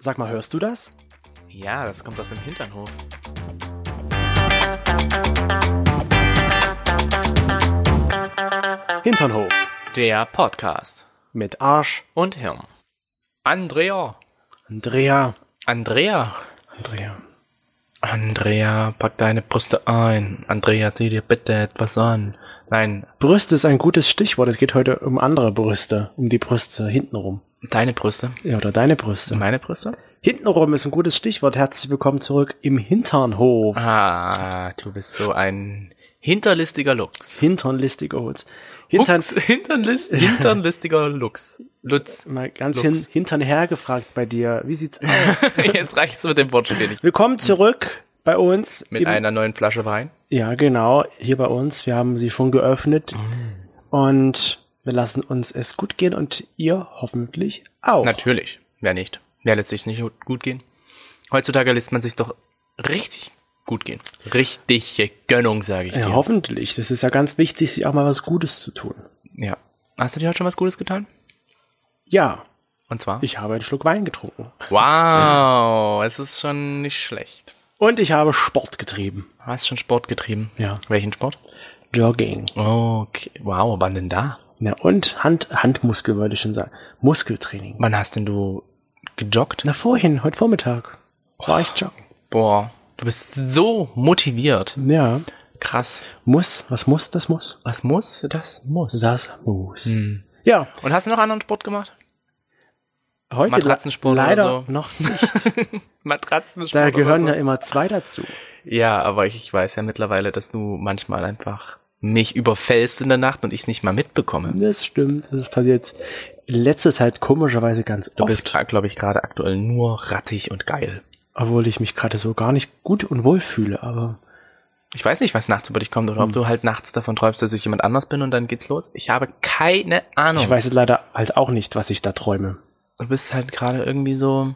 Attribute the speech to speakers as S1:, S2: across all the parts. S1: Sag mal, hörst du das?
S2: Ja, das kommt aus dem Hinternhof.
S1: Hinternhof
S2: Der Podcast.
S1: mit Arsch,
S2: Und Hirn. Andrea.
S1: Andrea,
S2: Andrea.
S1: Andrea.
S2: Andrea, pack deine Brüste ein. Andrea, zieh dir bitte etwas an. Nein,
S1: Brüste ist ein gutes Stichwort. Es geht heute um andere Brüste, um die Brüste hintenrum.
S2: deine Brüste.
S1: Ja, oder deine Brüste.
S2: Meine Brüste?
S1: Hintenrum ist ein gutes Stichwort. Herzlich willkommen zurück im Hinternhof.
S2: Ah, du bist so ein hinterlistiger Lux.
S1: Hinternlistiger Holz. Hintern,
S2: Hux, Hinternlist, hinternlistiger Lux. Lutz.
S1: mal ganz hin,
S2: Lux.
S1: hintern hergefragt bei dir. Wie sieht's aus?
S2: Jetzt reicht's mit dem Wortspiel nicht.
S1: Willkommen zurück bei uns.
S2: Mit
S1: im-
S2: einer neuen Flasche Wein.
S1: Ja, genau. Hier bei uns. Wir haben sie schon geöffnet.
S2: Mm.
S1: Und wir lassen uns es gut gehen und ihr hoffentlich auch.
S2: Natürlich. Wer nicht? Wer lässt sich nicht gut gehen? Heutzutage lässt man sich doch richtig gut gehen. Richtige Gönnung, sage ich
S1: Ja,
S2: dir.
S1: hoffentlich. Das ist ja ganz wichtig, sich auch mal was Gutes zu tun.
S2: Ja. Hast du dir heute schon was Gutes getan?
S1: Ja,
S2: Und zwar?
S1: ich habe einen Schluck Wein getrunken.
S2: Wow, es ist schon nicht schlecht.
S1: Und ich habe Sport getrieben.
S2: Du hast schon Sport getrieben.
S1: Ja.
S2: Welchen Sport?
S1: Jogging.
S2: Okay. Wow, wann denn da?
S1: Ja, und Hand, Handmuskel würde ich schon sagen. Muskeltraining.
S2: Wann hast denn du gejoggt?
S1: Na, vorhin, heute Vormittag. War ich joggen.
S2: Boah, du bist so motiviert.
S1: Ja.
S2: Krass.
S1: Muss, was muss, das muss.
S2: Was muss? Das muss.
S1: Das muss.
S2: Hm.
S1: Ja,
S2: Und hast du noch anderen Sport gemacht?
S1: heute le-
S2: Matratzensport oder
S1: leider
S2: so.
S1: noch nicht.
S2: Matratzensport.
S1: Da
S2: oder
S1: gehören
S2: so?
S1: ja immer zwei dazu.
S2: Ja, aber ich, ich weiß ja mittlerweile, dass du manchmal einfach mich überfällst in der Nacht und ich es nicht mal mitbekomme.
S1: Das stimmt, das passiert in letzter Zeit komischerweise ganz
S2: Du
S1: oft.
S2: bist, glaube ich, gerade aktuell nur rattig und geil.
S1: obwohl ich mich gerade so gar nicht gut und wohl fühle, aber
S2: Ich weiß nicht, was nachts über dich kommt
S1: Hm.
S2: oder ob du halt nachts davon träumst, dass ich jemand anders bin und dann geht's los. Ich habe keine Ahnung.
S1: ich weiß es leider halt auch nicht, was ich da träume.
S2: Du bist halt gerade irgendwie so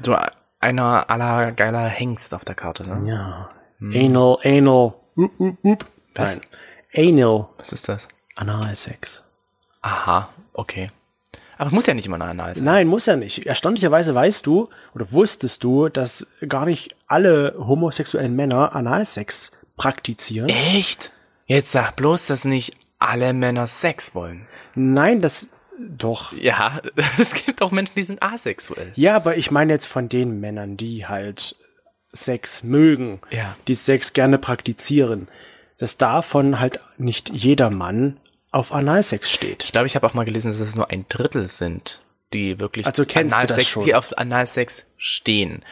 S2: so einer aller geiler Hengst auf der Karte, ne?
S1: Ja. Anal, anal. Up, up, up.
S2: Was?
S1: Nein. Anal.
S2: Was ist das?
S1: Analsex.
S2: Aha, okay. Aber muss ja nicht immer eine Anal sein.
S1: Nein, muss ja nicht. Erstaunlicherweise weißt du oder wusstest du, dass gar nicht alle homosexuellen Männer Analsex praktizieren.
S2: Äh. Echt? Jetzt sag bloß, dass nicht alle Männer Sex wollen.
S1: Nein, das doch.
S2: Ja, es gibt auch Menschen, die sind asexuell.
S1: Ja, aber ich meine jetzt von den Männern, die halt Sex mögen,
S2: Ja.
S1: die Sex gerne praktizieren, dass davon halt nicht jeder Mann auf Analsex
S2: Ich
S1: steht.
S2: glaube, ich habe auch mal gelesen, dass es nur ein Drittel sind, die wirklich
S1: Also kennst du das
S2: Analsex,
S1: schon?
S2: die auf Analsex stehen.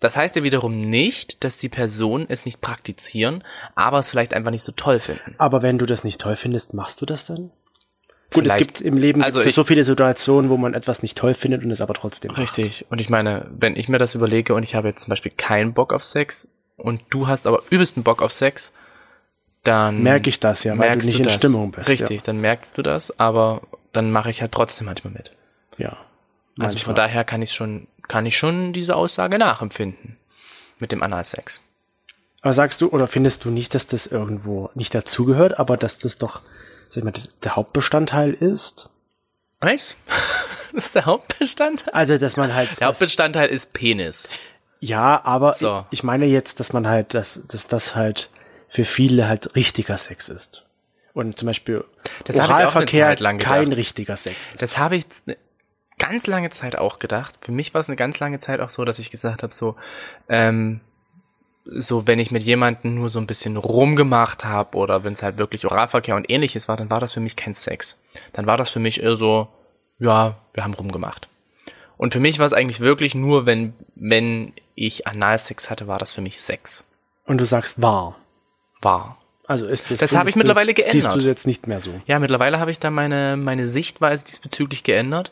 S2: Das heißt ja wiederum nicht, dass die Personen es nicht praktizieren, aber es vielleicht einfach nicht so toll finden.
S1: Aber wenn du das nicht toll findest, machst du das dann? Gut, es
S2: Vielleicht-
S1: gibt im Leben
S2: Also
S1: also
S2: ich-
S1: so viele Situationen, wo man etwas nicht toll findet und es aber trotzdem macht.
S2: Richtig. Und ich meine, wenn ich mir das überlege und ich habe jetzt zum Beispiel keinen Bock auf Sex und du hast aber übelsten Bock auf Sex, dann
S1: Merke ich das ja, weil du
S2: merkst
S1: nicht in
S2: das.
S1: Stimmung bist.
S2: Richtig, dann merkst du das, aber dann mache ich halt trotzdem manchmal mit.
S1: Ja. ja.
S2: Also von daher kann ich schon, kann ich schon diese Aussage nachempfinden. Mit dem Analsex.
S1: Aber sagst du oder findest du nicht, dass das irgendwo nicht dazugehört, aber dass das doch sag ich mal, der Hauptbestandteil ist?
S2: Right? Das ist der Hauptbestandteil.
S1: Also, dass man halt
S2: Der
S1: das-
S2: Hauptbestandteil ist Penis.
S1: Ja, aber
S2: So.
S1: ich, ich meine jetzt, dass man halt, dass, dass das halt für viele halt richtiger Sex ist. Und zum Beispiel
S2: Das habe ich auch eine Zeit lang gedacht.
S1: kein richtiger Sex ist.
S2: Das habe ich jetzt eine ganz lange Zeit auch gedacht. Für mich war es eine ganz lange Zeit auch so, dass ich gesagt habe, so, ähm, so wenn ich mit jemandem nur so ein bisschen rumgemacht habe oder wenn es halt wirklich Oralverkehr und ähnliches war, dann war das für mich kein Sex. Dann war das für mich eher so, ja, wir haben rumgemacht. Und für mich war es eigentlich wirklich nur, wenn, wenn ich Analsex hatte, war das für mich Sex.
S1: Und du sagst wahr.
S2: War.
S1: Also ist das.
S2: Das habe ich
S1: findest du-
S2: mittlerweile geändert.
S1: Siehst du es jetzt nicht mehr so.
S2: Ja, mittlerweile habe ich da meine, meine Sichtweise diesbezüglich geändert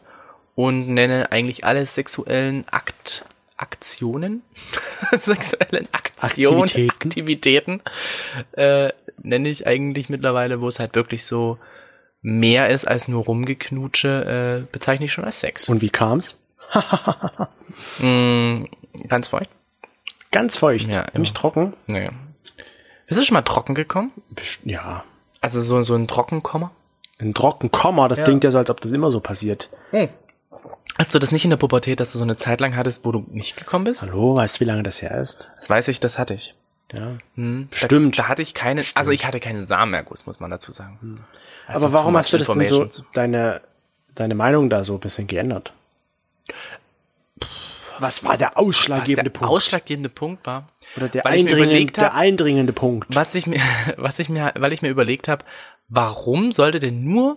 S2: und nenne eigentlich alle sexuellen Akt, Aktionen, sexuellen Aktionen,
S1: Aktivitäten.
S2: Aktivitäten äh, nenne ich eigentlich mittlerweile, wo es halt wirklich so mehr ist als nur rumgeknutsche, äh, bezeichne ich schon als Sex.
S1: Und wie kam's?
S2: Mm, ganz feucht?
S1: Ganz feucht.
S2: Ja, immer.
S1: nicht trocken.
S2: Nee. Bist du schon mal trocken gekommen?
S1: Best- Ja.
S2: Also so, so ein Trockenkommer?
S1: Ein trocken Komma, das
S2: Ja.
S1: klingt ja so, als ob das immer so passiert.
S2: Hm. Hast du das nicht in der Pubertät, dass du so eine Zeit lang hattest, wo du nicht gekommen bist?
S1: Hallo, weißt du, wie lange das her ist?
S2: Das weiß ich, das hatte ich.
S1: Ja.
S2: Hm,
S1: Stimmt. Hm.
S2: Da, da hatte ich keine, also ich hatte keinen Samenerguss, muss man dazu sagen. Das
S1: Aber
S2: sind
S1: warum
S2: too
S1: hast du
S2: much
S1: das denn so,
S2: information.
S1: deine, deine Meinung da so ein bisschen geändert? Was war der
S2: Was der
S1: ausschlaggebende Punkt?
S2: ausschlaggebende Punkt war,
S1: Oder der,
S2: weil ich mir
S1: eindringende,
S2: überlegt
S1: der
S2: hab-
S1: eindringende Punkt?
S2: was ich mir, was ich mir, weil ich mir überlegt habe, warum sollte denn nur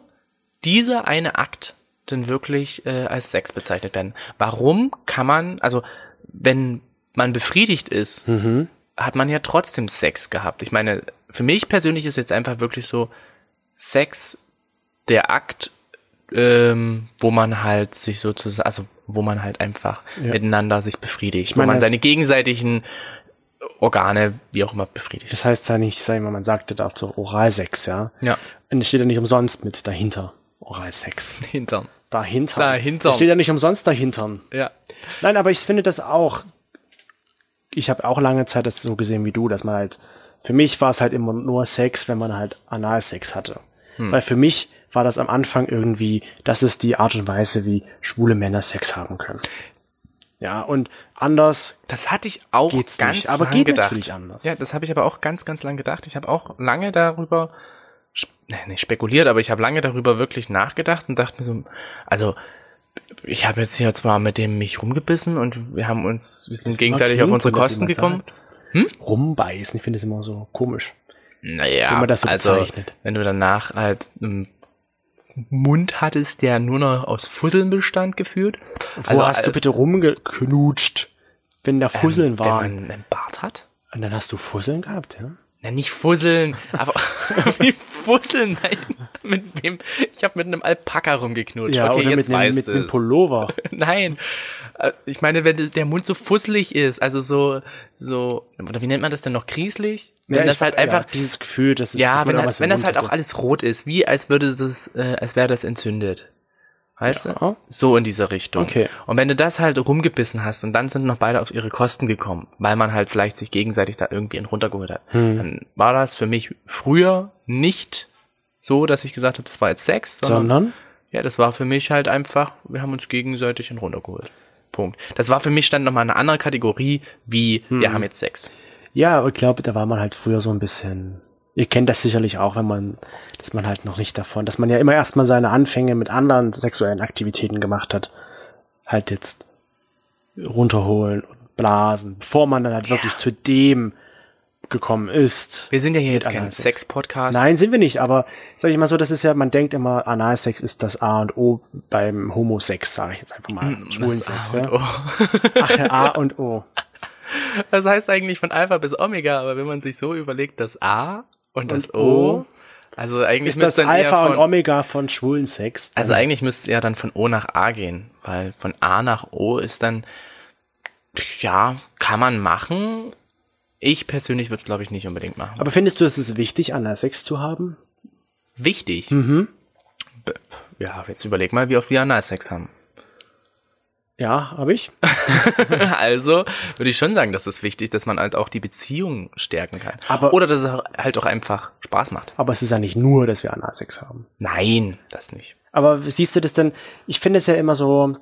S2: dieser eine Akt denn wirklich äh, als Sex bezeichnet werden? Warum kann man, also wenn man befriedigt ist,
S1: Mhm.
S2: hat man ja trotzdem Sex gehabt. Ich meine, für mich persönlich ist jetzt einfach wirklich so Sex der Akt, ähm, wo man halt sich sozusagen, also wo man halt einfach
S1: Ja.
S2: miteinander sich befriedigt,
S1: meine,
S2: wo man
S1: das-
S2: seine gegenseitigen Organe, wie auch immer, befriedigt.
S1: Das heißt ja nicht, sag ich mal, man sagte dazu Oralsex, ja?
S2: Ja.
S1: Und es steht ja nicht umsonst mit dahinter. Oralsex.
S2: Hintern.
S1: Dahinter.
S2: Dahinter.
S1: Es steht ja nicht umsonst dahinter.
S2: Ja.
S1: Nein, aber ich finde das auch. Ich habe auch lange Zeit das so gesehen wie du, dass man halt. Für mich war es halt immer nur Sex, wenn man halt Analsex hatte.
S2: Hm.
S1: Weil für mich war das am Anfang irgendwie, das ist die Art und Weise, wie schwule Männer Sex haben können. Ja, und anders
S2: Das hatte ich auch
S1: Geht's
S2: ganz
S1: nicht, aber
S2: lang
S1: geht
S2: gedacht.
S1: natürlich anders.
S2: Ja, das habe ich aber auch ganz, ganz lang gedacht. Ich habe auch lange darüber, sp- nee, nicht spekuliert, aber ich habe lange darüber wirklich nachgedacht und dachte mir so, also ich habe jetzt hier zwar mit dem mich rumgebissen und wir haben uns, wir sind gegenseitig auf
S1: klingt,
S2: unsere
S1: wenn das
S2: Kosten
S1: jemand
S2: gekommen. Hm?
S1: sagt. rumbeißen, ich finde es immer so komisch.
S2: Naja,
S1: Wenn man das so
S2: also
S1: bezeichnet.
S2: wenn du danach halt einen Mund hattest, der nur noch aus Fusseln bestand, gefühlt.
S1: Wo hast du bitte rumgeknutscht, wenn da Fusseln
S2: Also, äh, ähm,
S1: waren?
S2: Wenn man einen Bart hat?
S1: Und dann hast du Fusseln gehabt, ja?
S2: Na, nicht fusseln, aber wie fusseln? Nein, mit wem? Ich habe mit einem Alpaka rumgeknutscht.
S1: Ja,
S2: okay,
S1: oder
S2: jetzt
S1: mit einem,
S2: weißt
S1: mit
S2: du
S1: einem
S2: es.
S1: Pullover.
S2: Nein, Äh, ich meine, wenn der Mund so fusselig ist, also so, so, oder wie nennt man das denn noch, grieselig? Wenn
S1: Ja,
S2: das
S1: ich-
S2: halt
S1: ja,
S2: einfach,
S1: dieses Gefühl, dass es
S2: ja,
S1: dass man
S2: wenn,
S1: irgendwas genau
S2: halt,
S1: im
S2: wenn das
S1: Mund
S2: halt
S1: hatte.
S2: auch alles rot ist, wie als würde das, äh, als wäre das entzündet. Weißt
S1: Ja.
S2: du? So in diese Richtung.
S1: Okay.
S2: Und wenn du das halt rumgebissen hast und dann sind noch beide auf ihre Kosten gekommen, weil man halt vielleicht sich gegenseitig da irgendwie einen runtergeholt hat,
S1: Hm.
S2: dann war das für mich früher nicht so, dass ich gesagt habe, das war jetzt Sex, sondern,
S1: sondern
S2: ja, das war für mich halt einfach, wir haben uns gegenseitig einen runtergeholt. Punkt. Das war für mich dann nochmal eine andere Kategorie, wie wir
S1: Hm.
S2: haben jetzt Sex.
S1: ja, aber ich glaube, da war man halt früher so ein bisschen. Ihr kennt das sicherlich auch, wenn man, dass man halt noch nicht davon, dass man ja immer erstmal seine Anfänge mit anderen sexuellen Aktivitäten gemacht hat, halt jetzt runterholen und blasen, bevor man dann halt wirklich zu dem gekommen ist.
S2: Wir sind ja hier jetzt kein
S1: Analsex.
S2: Sex-Podcast.
S1: Nein, sind wir nicht, aber sag ich mal so, das ist ja, man denkt immer, Analsex ist das A und O beim Homosex, sage ich jetzt einfach mal. Schwulensex,
S2: Hm, Mm, Das
S1: ja. Ach,
S2: A und O.
S1: ja, A und O.
S2: Das heißt eigentlich von Alpha bis Omega, aber wenn man sich so überlegt, das A und das
S1: Und
S2: O,
S1: O.
S2: also eigentlich
S1: Ist das
S2: müsste dann eher
S1: Alpha
S2: von,
S1: und Omega von schwulen Sex?
S2: also eigentlich müsste es ja dann von O nach A gehen, weil von A nach O ist dann ja, kann man machen. Ich persönlich würde es glaube ich nicht unbedingt machen.
S1: Aber findest du, es ist wichtig, Analsex zu haben?
S2: Wichtig.
S1: Mhm.
S2: B- Ja, jetzt überleg mal, wie oft wir Analsex haben.
S1: Ja, habe ich.
S2: Also würde ich schon sagen, das ist wichtig, dass man halt auch die Beziehung stärken kann.
S1: Aber-
S2: Oder dass es halt auch einfach Spaß macht.
S1: Aber es ist ja nicht nur, dass wir Analsex haben.
S2: Nein, das nicht.
S1: Aber siehst du das denn? Ich finde es ja immer so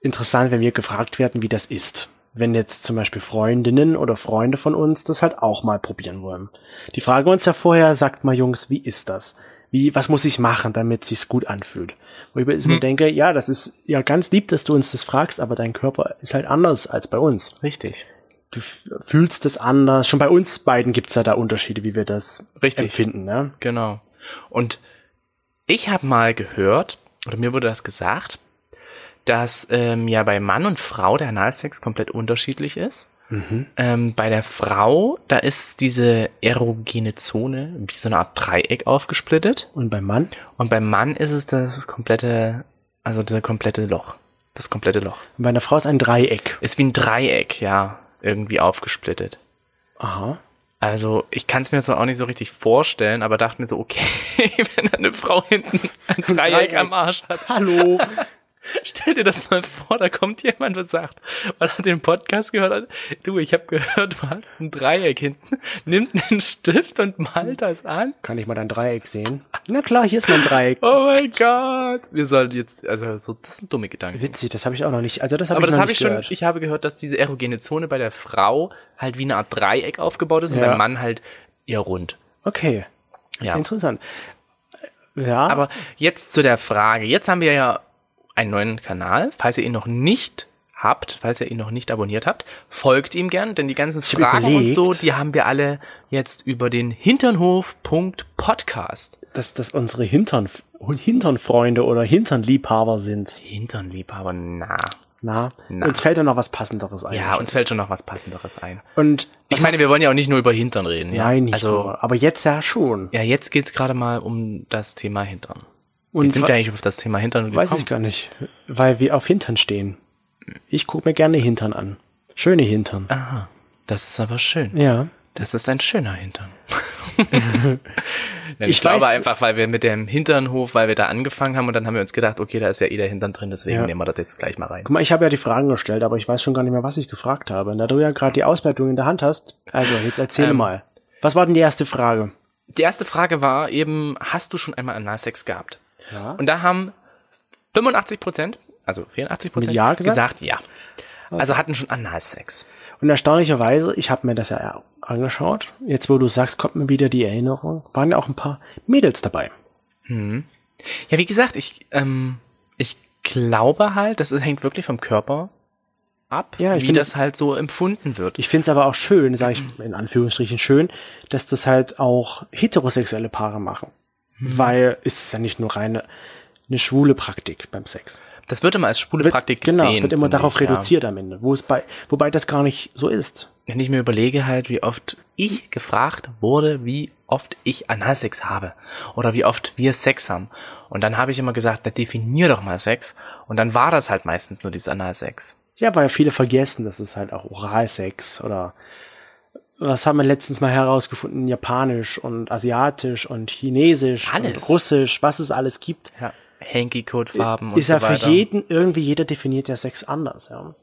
S1: interessant, wenn wir gefragt werden, wie das ist. Wenn jetzt zum Beispiel Freundinnen oder Freunde von uns das halt auch mal probieren wollen. Die fragen uns ja vorher, sagt mal Jungs, wie ist das? Wie, was muss ich machen, damit sich's gut anfühlt? Wo ich mir immer denke, ja, das ist ja ganz lieb, dass du uns das fragst, aber dein Körper ist halt anders als bei uns.
S2: Richtig.
S1: du f- fühlst es anders. Schon bei uns beiden gibt's ja da Unterschiede, wie wir das
S2: Richtig.
S1: empfinden. Ne?
S2: Genau. Und ich habe mal gehört, oder mir wurde das gesagt, dass ähm, ja bei Mann und Frau der Analsex komplett unterschiedlich ist. Ähm, bei der Frau, da ist diese erogene Zone wie so eine Art Dreieck aufgesplittet.
S1: Und beim Mann?
S2: Und beim Mann ist es das komplette, also das komplette Loch. Das komplette Loch.
S1: Bei einer Frau ist ein Dreieck.
S2: Ist wie ein Dreieck, ja, irgendwie aufgesplittet.
S1: Aha.
S2: Also, ich kann es mir jetzt auch nicht so richtig vorstellen, aber dachte mir so, okay, wenn da eine Frau hinten ein Dreieck,
S1: Dreieck.
S2: am Arsch hat.
S1: Hallo.
S2: Stell dir das mal vor, da kommt jemand und sagt, weil er den Podcast gehört hat, du, ich habe gehört, du hast ein Dreieck hinten, nimmt einen Stift und malt das an.
S1: Kann ich mal dein Dreieck sehen? Na klar, hier ist mein Dreieck.
S2: Oh mein Gott. Wir sollten jetzt, also so, das sind dumme Gedanken.
S1: Witzig, das habe ich auch noch nicht. Also das habe
S2: Aber
S1: ich
S2: das
S1: noch
S2: habe
S1: nicht
S2: ich schon,
S1: gehört.
S2: ich habe gehört, dass diese erogene Zone bei der Frau halt wie eine Art Dreieck aufgebaut ist und
S1: Ja.
S2: beim Mann halt eher rund.
S1: Okay,
S2: Ja.
S1: interessant. Äh, Ja,
S2: Aber jetzt zu der Frage. Jetzt haben wir ja einen neuen Kanal. Falls ihr ihn noch nicht habt, falls ihr ihn noch nicht abonniert habt, folgt ihm gern, denn die ganzen
S1: hab
S2: Fragen und
S1: überlegt.
S2: so, die haben wir alle jetzt über den Hinternhof.podcast.
S1: dass, dass unsere Hintern, Hinternfreunde oder Hinternliebhaber sind.
S2: Hinternliebhaber, na.
S1: Na,
S2: Na.
S1: uns fällt da noch was Passenderes ein.
S2: Ja, uns fällt schon noch was Passenderes ein.
S1: Und
S2: Ich meine, wir wollen ja auch nicht nur über Hintern reden. Ja?
S1: Nein, nicht
S2: also,
S1: nur. aber jetzt ja schon.
S2: ja, jetzt geht's gerade mal um das Thema Hintern.
S1: Und
S2: Wie sind
S1: wa-
S2: wir eigentlich auf das Thema Hintern gekommen?
S1: Weiß ich gar nicht, weil wir auf Hintern stehen. Ich gucke mir gerne Hintern an. Schöne Hintern.
S2: Aha, das ist aber schön.
S1: Ja.
S2: Das ist ein schöner Hintern. Nein,
S1: Ich
S2: ich glaube
S1: weiß-
S2: einfach, weil wir mit dem Hinternhof, weil wir da angefangen haben und dann haben wir uns gedacht, okay, da ist ja eh der Hintern drin, deswegen
S1: Ja.
S2: nehmen wir das jetzt gleich mal rein.
S1: Guck mal, ich habe ja die Fragen gestellt, aber ich weiß schon gar nicht mehr, was ich gefragt habe. Da du ja gerade die Auswertung in der Hand hast, also jetzt erzähl
S2: Ähm.
S1: mal. Was war denn die erste Frage?
S2: Die erste Frage war eben, hast du schon einmal Analsex gehabt?
S1: Ja.
S2: Und da haben 85 Prozent, also 84 Prozent,
S1: Mit Ja gesagt?
S2: ja. Also hatten schon Analsex.
S1: Und erstaunlicherweise, ich habe mir das ja angeschaut. Jetzt, wo du sagst, kommt mir wieder die Erinnerung. Waren ja auch ein paar Mädels dabei.
S2: Ja, wie gesagt, ich, ähm, ich glaube halt, das hängt wirklich vom Körper ab,
S1: Ja, ich
S2: wie
S1: finde
S2: das halt so empfunden wird.
S1: Ich finde es aber auch schön, sage ich in Anführungsstrichen schön, dass das halt auch heterosexuelle Paare machen.
S2: Mhm.
S1: Weil es ist ja nicht nur reine eine schwule Praktik beim Sex.
S2: Das wird immer als schwule Praktik
S1: genau,
S2: gesehen.
S1: wird immer
S2: finde
S1: darauf
S2: ich, ja.
S1: reduziert am Ende, wo es bei, wobei das gar nicht so ist.
S2: wenn ich mir überlege halt, wie oft ich gefragt wurde, wie oft ich Analsex habe oder wie oft wir Sex haben. Und dann habe ich immer gesagt, na definier doch mal Sex. Und dann war das halt meistens nur dieses Analsex.
S1: Ja, weil viele vergessen, dass es halt auch Oralsex oder was haben wir letztens mal herausgefunden? Japanisch und Asiatisch und Chinesisch
S2: Alles.
S1: und Russisch, was es alles gibt.
S2: Ja. Hanky-Code-Farben und
S1: ist
S2: so
S1: ja
S2: weiter.
S1: für jeden irgendwie, jeder definiert ja Sex anders, ja.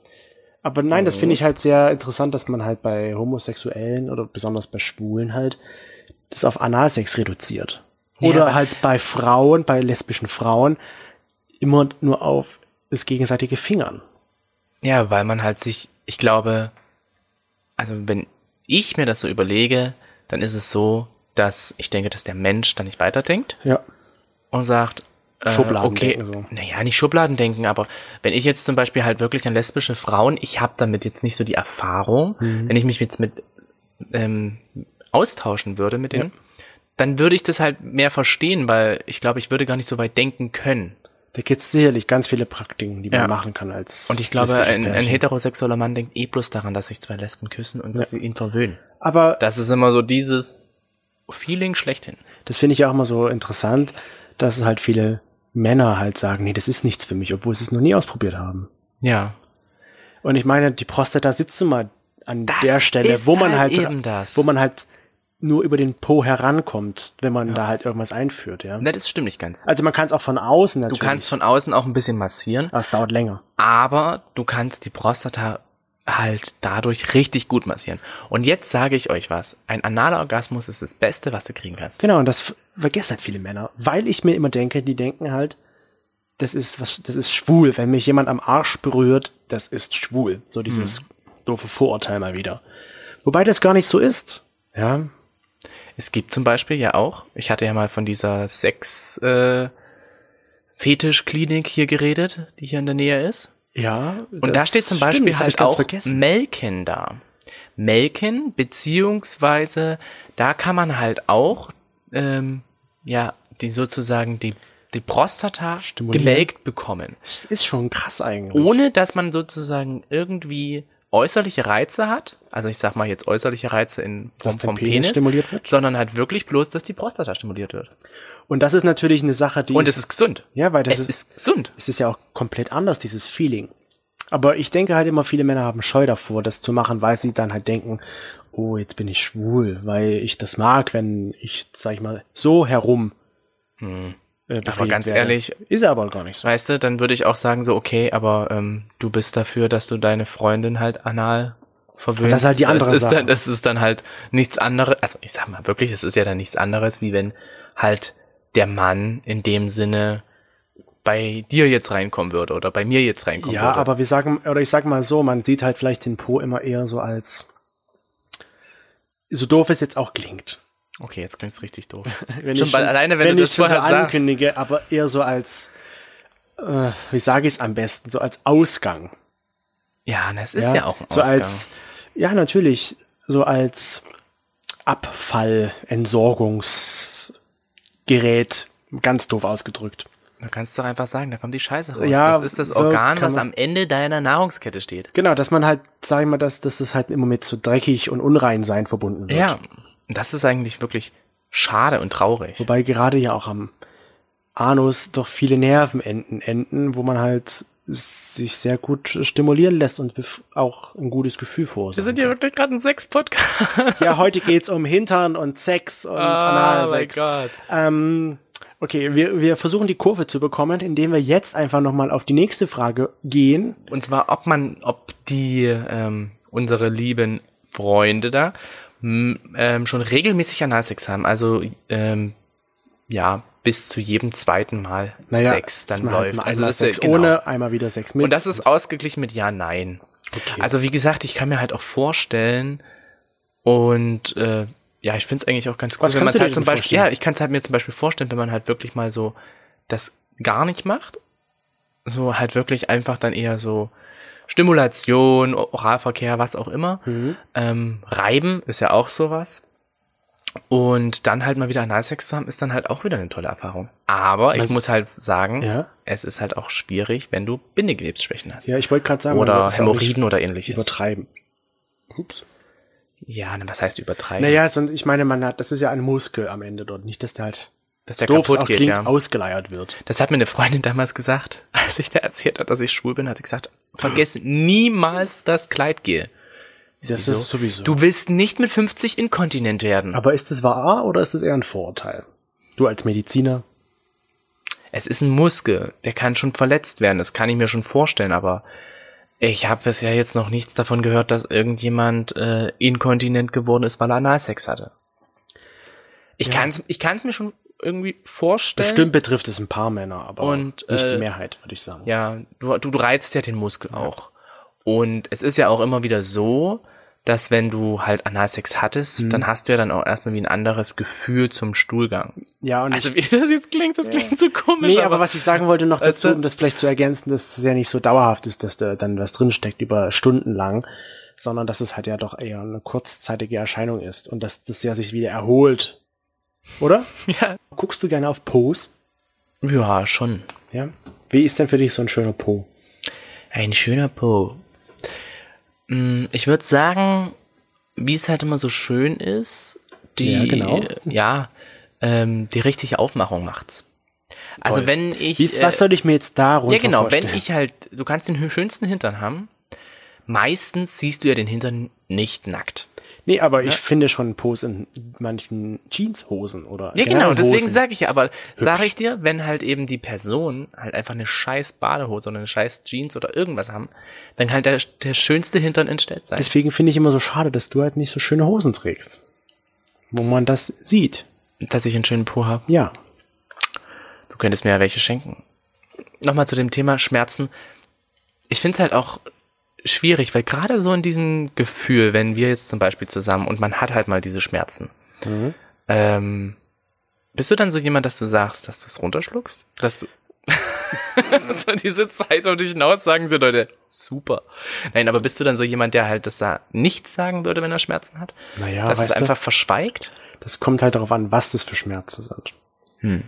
S1: Aber nein, das
S2: Mhm.
S1: finde ich halt sehr interessant, dass man halt bei Homosexuellen oder besonders bei Schwulen halt das auf Analsex reduziert.
S2: Ja,
S1: Oder
S2: aber-
S1: halt bei Frauen, bei lesbischen Frauen immer nur auf das gegenseitige Fingern.
S2: Ja, weil man halt sich, ich glaube, also wenn ich mir das so überlege, dann ist es so, dass ich denke, dass der Mensch da nicht weiterdenkt.
S1: Ja.
S2: und sagt, äh,
S1: Schubladendenken
S2: okay,
S1: so.
S2: naja, nicht Schubladen denken, aber wenn ich jetzt zum Beispiel halt wirklich an lesbische Frauen, ich habe damit jetzt nicht so die Erfahrung,
S1: Mhm.
S2: wenn ich mich jetzt mit ähm, austauschen würde mit denen, dann würde ich das halt mehr verstehen, weil ich glaube, ich würde gar nicht so weit denken können.
S1: Da gibt es sicherlich ganz viele Praktiken, die man
S2: Ja.
S1: machen kann als.
S2: Und ich glaube,
S1: lesbisches
S2: ein, ein
S1: Pärchen.
S2: heterosexueller Mann denkt eh bloß daran, dass sich zwei Lesben küssen und dass sie ihn verwöhnen.
S1: Aber
S2: Das ist immer so dieses Feeling schlechthin.
S1: das finde ich auch immer so interessant, dass halt viele Männer halt sagen, nee, das ist nichts für mich, obwohl sie es noch nie ausprobiert haben.
S2: Ja.
S1: Und ich meine, die Prostata sitzt nun mal an
S2: Das
S1: der Stelle,
S2: ist
S1: wo man halt,
S2: halt eben das.
S1: wo man halt nur über den Po herankommt, wenn man da halt irgendwas einführt, ja.
S2: Na, Das stimmt nicht ganz.
S1: Also man kann es auch von außen
S2: Ne- Du
S1: Also, natürlich.
S2: kannst von außen auch ein bisschen massieren,
S1: aber es dauert länger.
S2: aber du kannst die Prostata halt dadurch richtig gut massieren. Und jetzt sage ich euch was. Ein analer Orgasmus ist das Beste, was du kriegen kannst.
S1: Genau, und das f- vergessen halt viele Männer, weil ich mir immer denke, die denken halt, das ist was, das ist schwul. Wenn mich jemand am Arsch berührt, das ist schwul. So dieses doofe Vorurteil mal wieder. Wobei das gar nicht so ist. Ja,
S2: Es gibt zum Beispiel ja auch, ich hatte ja mal von dieser Sex, äh, Fetischklinik hier geredet, die hier in der Nähe ist.
S1: ja.
S2: Und da steht zum Beispiel halt auch Melken da. Melken, beziehungsweise da kann man halt auch, ähm, ja, die sozusagen die, die Prostata
S1: Stimulieren.
S2: gemelkt bekommen.
S1: Das ist schon krass eigentlich.
S2: ohne dass man sozusagen irgendwie äußerliche Reize hat, also ich sag mal jetzt äußerliche Reize in Form
S1: Dass der
S2: vom
S1: Penis
S2: Penis,
S1: stimuliert wird?
S2: sondern halt wirklich bloß, dass die Prostata stimuliert wird.
S1: Und das ist natürlich eine Sache, die
S2: Und es
S1: ist,
S2: ist gesund.
S1: Ja, weil das
S2: es
S1: ist-
S2: ist, gesund.
S1: es ist ja auch komplett anders, dieses Feeling. Aber ich denke halt immer, viele Männer haben Scheu davor, das zu machen, weil sie dann halt denken, oh, jetzt bin ich schwul, weil ich das mag, wenn ich, sag ich mal, so herum Äh,
S2: Hm. Aber ganz
S1: werde.
S2: ehrlich,
S1: Ist aber gar nicht so.
S2: weißt du, dann würde ich auch sagen so, okay, aber ähm, du bist dafür, dass du deine Freundin halt anal verwöhnst.
S1: Das ist halt die andere
S2: das ist,
S1: Sache.
S2: dann, das ist dann halt nichts anderes, also ich sag mal wirklich, es ist ja dann nichts anderes, wie wenn halt der Mann in dem Sinne bei dir jetzt reinkommen würde oder bei mir jetzt reinkommen
S1: Ja,
S2: würde.
S1: aber wir sagen, oder ich sag mal so, man sieht halt vielleicht den Po immer eher so als, so doof es jetzt auch klingt.
S2: Okay, jetzt klingt's richtig doof.
S1: Wenn
S2: Schon weil alleine, wenn du das
S1: ich schon so
S2: vorher sagst.
S1: ankündige, aber eher so als, äh, wie sage ich es am besten, so als Ausgang.
S2: Ja, das ist ja, auch ein
S1: so
S2: Ausgang.
S1: als, ja natürlich, so als Abfall, Entsorgungsgerät, ganz doof ausgedrückt.
S2: Du kannst doch einfach sagen, da kommt die Scheiße raus.
S1: Ja,
S2: das ist das
S1: so
S2: Organ,
S1: kann
S2: was
S1: man-
S2: am Ende deiner Nahrungskette steht.
S1: Genau, dass man halt, sag ich mal, dass, dass das halt immer mit so dreckig und unrein sein verbunden wird.
S2: Ja, und das ist eigentlich wirklich schade und traurig.
S1: Wobei gerade ja auch am Anus doch viele Nervenenden enden, wo man halt sich sehr gut stimulieren lässt und bef- auch ein gutes Gefühl vor.
S2: Wir sind hier wirklich gerade ein Sex-Podcast.
S1: ja, heute geht's um Hintern und Sex und Analsex.
S2: Oh Ah, Gott.
S1: Ähm, okay, wir, wir versuchen die Kurve zu bekommen, indem wir jetzt einfach nochmal auf die nächste Frage gehen.
S2: Und zwar, ob man, ob die, ähm, unsere lieben Freunde da m, ähm, schon regelmäßig Analsex haben. Also, ähm, ja, bis zu jedem zweiten Mal Sex dann
S1: dass man
S2: läuft.
S1: Halt mal
S2: also
S1: einmal
S2: das
S1: Sex
S2: ist, genau.
S1: ohne, einmal wieder Sex mit.
S2: Und das ist ausgeglichen mit Ja, Nein.
S1: okay.
S2: Also wie gesagt, ich kann mir halt auch vorstellen und äh, ja, ich finde es eigentlich auch ganz cool,
S1: Was
S2: wenn man
S1: kannst du dir
S2: halt zum
S1: denn
S2: Beispiel,
S1: vorstellen?
S2: ja, ich kann es halt mir zum Beispiel vorstellen, wenn man halt wirklich mal so das gar nicht macht, so halt wirklich einfach dann eher so Stimulation, Oralverkehr, was auch immer,
S1: Mhm.
S2: ähm, Reiben ist ja auch sowas. Und dann halt mal wieder Analsex zu haben, ist dann halt auch wieder eine tolle Erfahrung. Aber ich
S1: Meinst-
S2: muss halt sagen,
S1: Ja.
S2: es ist halt auch schwierig, wenn du Bindegewebsschwächen hast
S1: ja, ich wollte gerade sagen, man
S2: oder
S1: soll's ja auch nicht
S2: Hämorrhoiden oder ähnliches.
S1: übertreiben. Ups.
S2: Ja, na, was heißt übertreiben?
S1: Naja, sonst, ich meine, man hat, das ist ja ein Muskel am Ende dort, nicht, dass der halt
S2: dass der
S1: doof es
S2: kaputt
S1: auch
S2: geht,
S1: klingt,
S2: ja.
S1: ausgeleiert wird.
S2: Das hat mir eine Freundin damals gesagt, als ich da erzählt habe, dass ich schwul bin, hat sie gesagt, vergiss niemals das Kleid gehe.
S1: Das
S2: Wieso?
S1: ist sowieso.
S2: Du willst nicht mit 50 inkontinent werden.
S1: Aber ist das wahr oder ist das eher ein Vorurteil? Du als Mediziner?
S2: Es ist ein Muskel, der kann schon verletzt werden, das kann ich mir schon vorstellen, aber ich habe bisher jetzt noch nichts davon gehört, dass irgendjemand äh, inkontinent geworden ist, weil er Analsex hatte. Ich kann's, ich kann's mir schon irgendwie vorstellen.
S1: Bestimmt betrifft es ein paar Männer, aber
S2: Äh, Und,
S1: nicht
S2: äh,
S1: die Mehrheit, würde ich sagen.
S2: Ja, du, du, du reizt ja den Muskel auch. Und es ist ja auch immer wieder so, dass wenn du halt Analsex
S1: Mhm.
S2: hattest, dann hast du ja dann auch erstmal wie ein anderes Gefühl zum Stuhlgang.
S1: Ja, und
S2: Also wie das jetzt klingt, das klingt so komisch.
S1: Nee, aber was ich sagen wollte noch
S2: Weißt
S1: dazu,
S2: du?
S1: um das vielleicht zu ergänzen, dass es ja nicht so dauerhaft ist, dass da dann was drinsteckt über Stunden lang, sondern dass es halt ja doch eher eine kurzzeitige Erscheinung ist und dass das ja sich wieder erholt. Oder?
S2: ja.
S1: Guckst du gerne auf Po's?
S2: ja, schon.
S1: Ja? Wie ist denn für dich so ein schöner Po?
S2: Ein schöner Po. Mm, Ich würde sagen, wie es halt immer so schön ist, die
S1: Ja, genau.
S2: ja, ähm, die richtige Aufmachung macht's. Also
S1: Toll.
S2: wenn ich
S1: Wie ist,
S2: äh,
S1: was soll ich mir jetzt darunter
S2: Ja, genau.
S1: vorstellen?
S2: Wenn ich halt, du kannst den hö- schönsten Hintern haben. Meistens siehst du ja den Hintern nicht nackt.
S1: nee, aber ich finde schon Po's in manchen Jeanshosen oder
S2: Ja, genau.
S1: generell
S2: Deswegen
S1: Hosen.
S2: sage ich ja, aber sage ich dir, wenn halt eben die Person halt einfach eine scheiß Badehose oder eine scheiß Jeans oder irgendwas haben, dann halt der, der schönste Hintern entstellt sein.
S1: Deswegen finde ich immer so schade, dass du halt nicht so schöne Hosen trägst. Wo man das sieht.
S2: Dass ich einen schönen Po habe.
S1: Ja.
S2: Du könntest mir ja welche schenken. Nochmal zu dem Thema Schmerzen. Ich finde es halt auch schwierig, weil gerade so in diesem Gefühl, wenn wir jetzt zum Beispiel zusammen und man hat halt mal diese Schmerzen.
S1: Mhm.
S2: Ähm, bist du dann so jemand, dass du sagst, dass du es runterschluckst? Dass du so diese Zeit um dich hinaus sagen sie Leute, super. Nein, aber bist du dann so jemand, der halt das da nicht sagen würde, wenn er Schmerzen hat?
S1: Naja,
S2: dass es
S1: weißt du-
S2: einfach verschweigt?
S1: Das kommt halt darauf an, was das für Schmerzen sind.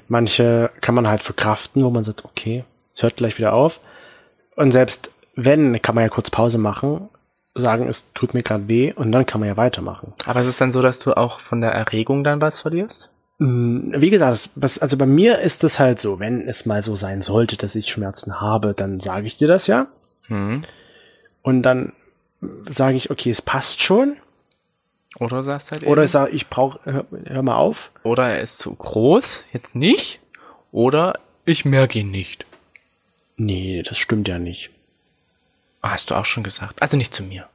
S1: Manche kann man halt verkraften, wo man sagt, okay, es hört gleich wieder auf. Und selbst wenn, kann man ja kurz Pause machen, sagen, es tut mir gerade weh und dann kann man ja weitermachen.
S2: Aber ist es dann so, dass du auch von der Erregung dann was verlierst?
S1: Hm, Wie gesagt, es- was, also bei mir ist es halt so, wenn es mal so sein sollte, dass ich Schmerzen habe, dann sage ich dir das ja.
S2: Hm.
S1: Und dann sage ich, okay, es passt schon.
S2: Oder du sagst halt
S1: Oder
S2: eben-
S1: ich sage, ich brauche, hör, hör mal auf.
S2: Oder er ist zu groß, jetzt nicht. Oder ich merke ihn nicht.
S1: Nee, das stimmt ja nicht.
S2: Ah, Hast du auch schon gesagt. Also nicht zu mir.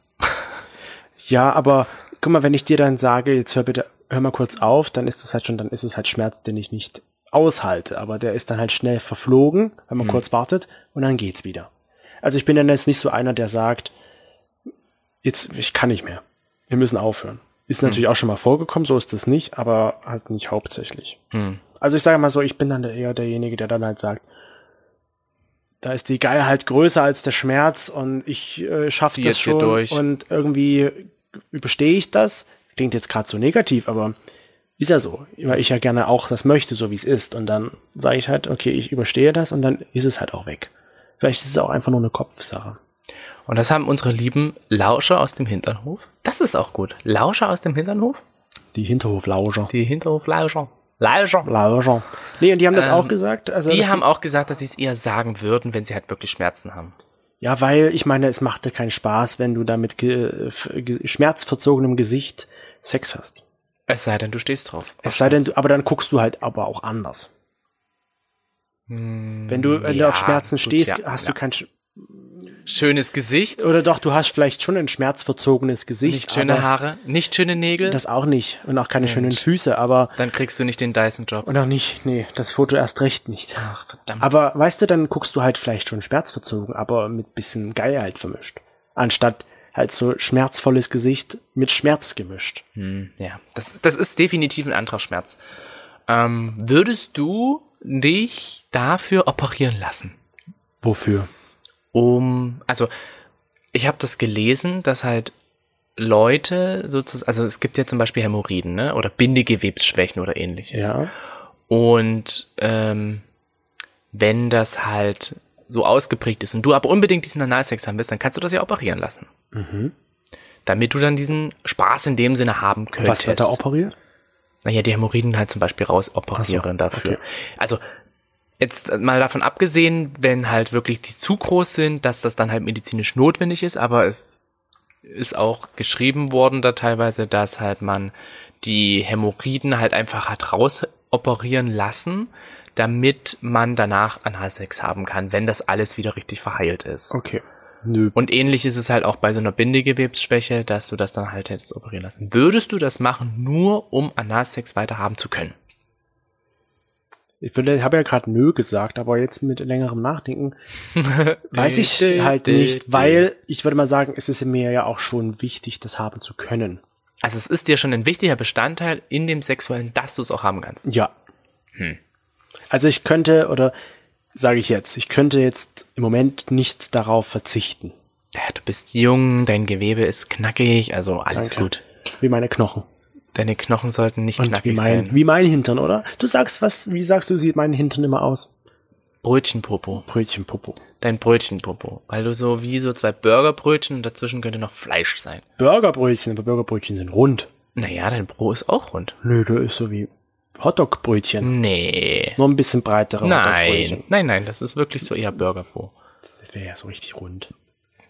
S1: Ja, aber guck mal, wenn ich dir dann sage, jetzt hör bitte, hör mal kurz auf, dann ist es halt schon, dann ist es halt Schmerz, den ich nicht aushalte. Aber der ist dann halt schnell verflogen, wenn man
S2: Hm.
S1: kurz wartet und dann geht's wieder. Also ich bin dann jetzt nicht so einer, der sagt, jetzt, ich kann nicht mehr. Wir müssen aufhören. Ist natürlich auch schon mal vorgekommen, so ist das nicht, aber halt nicht hauptsächlich.
S2: Hm.
S1: Also ich sage mal so, ich bin dann eher derjenige, der dann halt sagt, da ist die Geier halt größer als der Schmerz und ich äh, schaffe
S2: Zieh
S1: das
S2: jetzt hier
S1: schon
S2: durch.
S1: und irgendwie überstehe ich das. Klingt jetzt gerade so negativ, aber ist ja so, weil ich ja gerne auch das möchte, so wie es ist. Und dann sage ich halt, okay, ich überstehe das und dann ist es halt auch weg. Vielleicht ist es auch einfach nur eine Kopfsache.
S2: Und das haben unsere lieben Lauscher aus dem Hinternhof. Das ist auch gut. Lauscher aus dem Hinternhof?
S1: Die Hinterhoflauscher.
S2: Die Hinterhoflauscher. Lauscher.
S1: Lauscher. Nee, und die haben das
S2: Ähm,
S1: auch gesagt. Also
S2: Die
S1: dass
S2: haben auch gesagt, dass sie es eher sagen würden, wenn sie halt wirklich Schmerzen haben.
S1: Ja, weil ich meine, es macht dir keinen Spaß, wenn du da mit ge f- ge schmerzverzogenem Gesicht Sex hast.
S2: Es sei denn, du stehst drauf.
S1: Es sei denn, du- aber dann guckst du halt aber auch anders. Wenn du, wenn du auf
S2: Hm, ja,
S1: Schmerzen
S2: gut,
S1: stehst,
S2: ja,
S1: hast
S2: ja.
S1: du kein Sch
S2: Schönes Gesicht,
S1: oder doch, du hast vielleicht schon ein schmerzverzogenes Gesicht.
S2: nicht schöne
S1: aber
S2: Haare, nicht schöne Nägel,
S1: Das auch nicht. Und auch keine schönen Füße, aber
S2: dann kriegst du nicht den Dyson-Job.
S1: und auch nicht, nee, das Foto erst recht nicht.
S2: Ach, verdammt.
S1: Aber weißt du, dann guckst du halt vielleicht schon schmerzverzogen, aber mit bisschen Geilheit vermischt. Anstatt halt so schmerzvolles Gesicht mit Schmerz gemischt.
S2: Hm, ja, das, das ist definitiv ein anderer Schmerz. Ähm, würdest du dich dafür operieren lassen?
S1: Wofür?
S2: um, also ich habe das gelesen, dass halt Leute sozusagen, also es gibt ja zum Beispiel Hämorrhoiden, ne? Oder Bindegewebsschwächen oder ähnliches.
S1: Ja.
S2: Und ähm, wenn das halt so ausgeprägt ist und du aber unbedingt diesen Analsex haben willst, dann kannst du das ja operieren lassen.
S1: Mhm.
S2: Damit du dann diesen Spaß in dem Sinne haben könntest.
S1: Was wird da operiert?
S2: Naja, die Hämorrhoiden halt zum Beispiel rausoperieren
S1: Ach so,
S2: dafür.
S1: okay.
S2: Also jetzt mal davon abgesehen, wenn halt wirklich die zu groß sind, dass das dann halt medizinisch notwendig ist, aber es ist auch geschrieben worden da teilweise, dass halt man die Hämorrhoiden halt einfach hat rausoperieren lassen, damit man danach Analsex haben kann, wenn das alles wieder richtig verheilt ist.
S1: Okay. Nö.
S2: Und ähnlich ist es halt auch bei so einer Bindegewebsschwäche, dass du das dann halt hättest operieren lassen. Würdest du das machen, nur um Analsex weiter haben zu können?
S1: Ich würde- habe ja gerade nö gesagt, aber jetzt mit längerem Nachdenken weiß ich
S2: Dü, dü,
S1: halt
S2: dü,
S1: nicht,
S2: dü.
S1: weil ich würde mal sagen, es ist mir ja auch schon wichtig, das haben zu können.
S2: Also es ist dir schon ein wichtiger Bestandteil in dem Sexuellen, dass du es auch haben kannst.
S1: Ja.
S2: Hm.
S1: Also ich könnte, oder sage ich jetzt, ich könnte jetzt im Moment nicht darauf verzichten.
S2: Ja, du bist jung, dein Gewebe ist knackig, also alles
S1: Danke.
S2: gut.
S1: Wie meine Knochen.
S2: Deine Knochen sollten nicht
S1: Und wie
S2: knackig
S1: mein,
S2: sein.
S1: wie mein Hintern, oder? Du sagst was, wie sagst du, sieht mein Hintern immer aus?
S2: Brötchenpopo.
S1: Brötchenpopo.
S2: Dein Brötchenpopo. Weil du so wie so zwei Burgerbrötchen und dazwischen könnte noch Fleisch sein.
S1: Burgerbrötchen, aber Burgerbrötchen sind rund.
S2: Naja, dein Bro ist auch rund.
S1: Nö, der ist so wie Hotdogbrötchen.
S2: Nee.
S1: Nur ein bisschen breitere
S2: Hm. Nein.
S1: Hotdogbrötchen.
S2: Nein, nein, das ist wirklich so eher Burgerpo.
S1: Das wäre ja so richtig rund.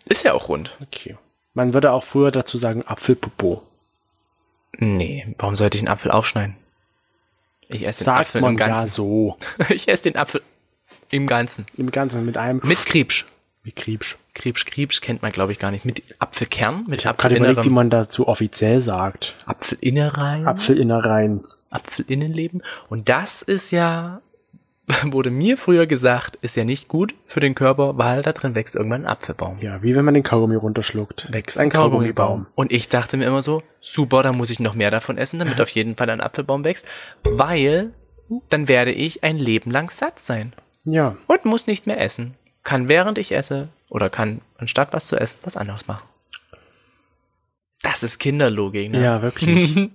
S2: Ist ja auch rund.
S1: Okay. Man würde auch früher dazu sagen Apfelpopo.
S2: Nee, warum sollte ich einen Apfel aufschneiden? Ich esse den
S1: Sagt
S2: Apfel
S1: man
S2: im
S1: ja
S2: Ganzen.
S1: so.
S2: Ich esse den Apfel im Ganzen.
S1: Im Ganzen mit einem
S2: Mit Kriebsch.
S1: mit Kriebsch.
S2: Kriebsch, Kriebsch kennt man, glaube ich, gar nicht. Mit Apfelkern, mit
S1: Ich habe gerade überlegt, wie man dazu offiziell sagt.
S2: Apfelinnereien,
S1: Apfelinnereien.
S2: Apfelinnenleben. Und das ist ja, wurde mir früher gesagt, ist ja nicht gut für den Körper, weil da drin wächst irgendwann ein Apfelbaum.
S1: Ja, wie wenn man den Kaugummi runterschluckt.
S2: Und ich dachte mir immer so, super, da muss ich noch mehr davon essen, damit auf jeden Fall ein Apfelbaum wächst, weil dann werde ich ein Leben lang satt sein
S1: Ja.
S2: und muss nicht mehr essen. Kann während ich esse oder kann anstatt was zu essen, was anderes machen. Das ist Kinderlogik, ne?
S1: Ja, wirklich.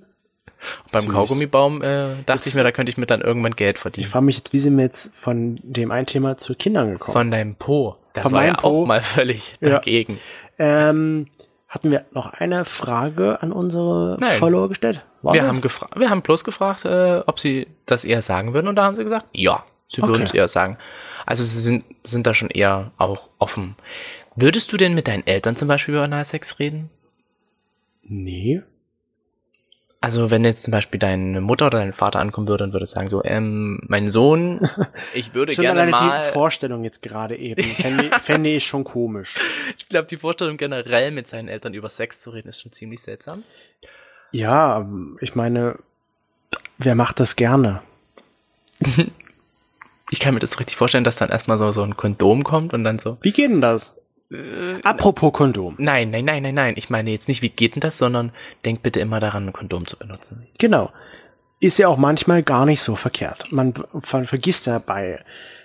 S2: Beim
S1: süß.
S2: Kaugummibaum äh, dachte ich mir, da könnte ich mir dann irgendwann Geld
S1: Ich
S2: verdienen.
S1: frage mich jetzt, wie sind wir jetzt von dem einen Thema zu Kindern gekommen?
S2: Von deinem Po. Das
S1: Von
S2: war
S1: meinem
S2: ja
S1: Po?
S2: auch mal völlig
S1: Ja.
S2: dagegen.
S1: ähm, hatten wir noch eine Frage an unsere
S2: Nein.
S1: Follower gestellt? War
S2: Wir
S1: das?
S2: haben, gefra wir haben bloß gefragt, äh, ob sie das eher sagen würden und da haben sie gesagt, ja, sie würden
S1: Okay.
S2: es eher sagen. Also sie sind, sind da schon eher auch offen. Würdest du denn mit deinen Eltern zum Beispiel über Analsex reden?
S1: Nee.
S2: Also wenn jetzt zum Beispiel deine Mutter oder dein Vater ankommen würde und würde sagen so, ähm, mein Sohn, ich würde
S1: Schon
S2: gerne
S1: alleine
S2: mal.
S1: die Vorstellung jetzt gerade eben fände, fände ich schon komisch.
S2: ich glaube, die Vorstellung generell mit seinen Eltern über Sex zu reden ist schon ziemlich seltsam.
S1: Ja, ähm, ich meine, wer macht das gerne?
S2: Ich kann mir das richtig vorstellen, dass dann erstmal so so ein Kondom kommt und dann so.
S1: Wie geht denn das?
S2: Äh,
S1: Apropos Kondom.
S2: Nein, nein, nein, nein, nein. Ich meine jetzt nicht, wie geht denn das, sondern denk bitte immer daran, ein Kondom zu benutzen.
S1: Genau. Ist ja auch manchmal gar nicht so verkehrt. Man, man vergisst ja bei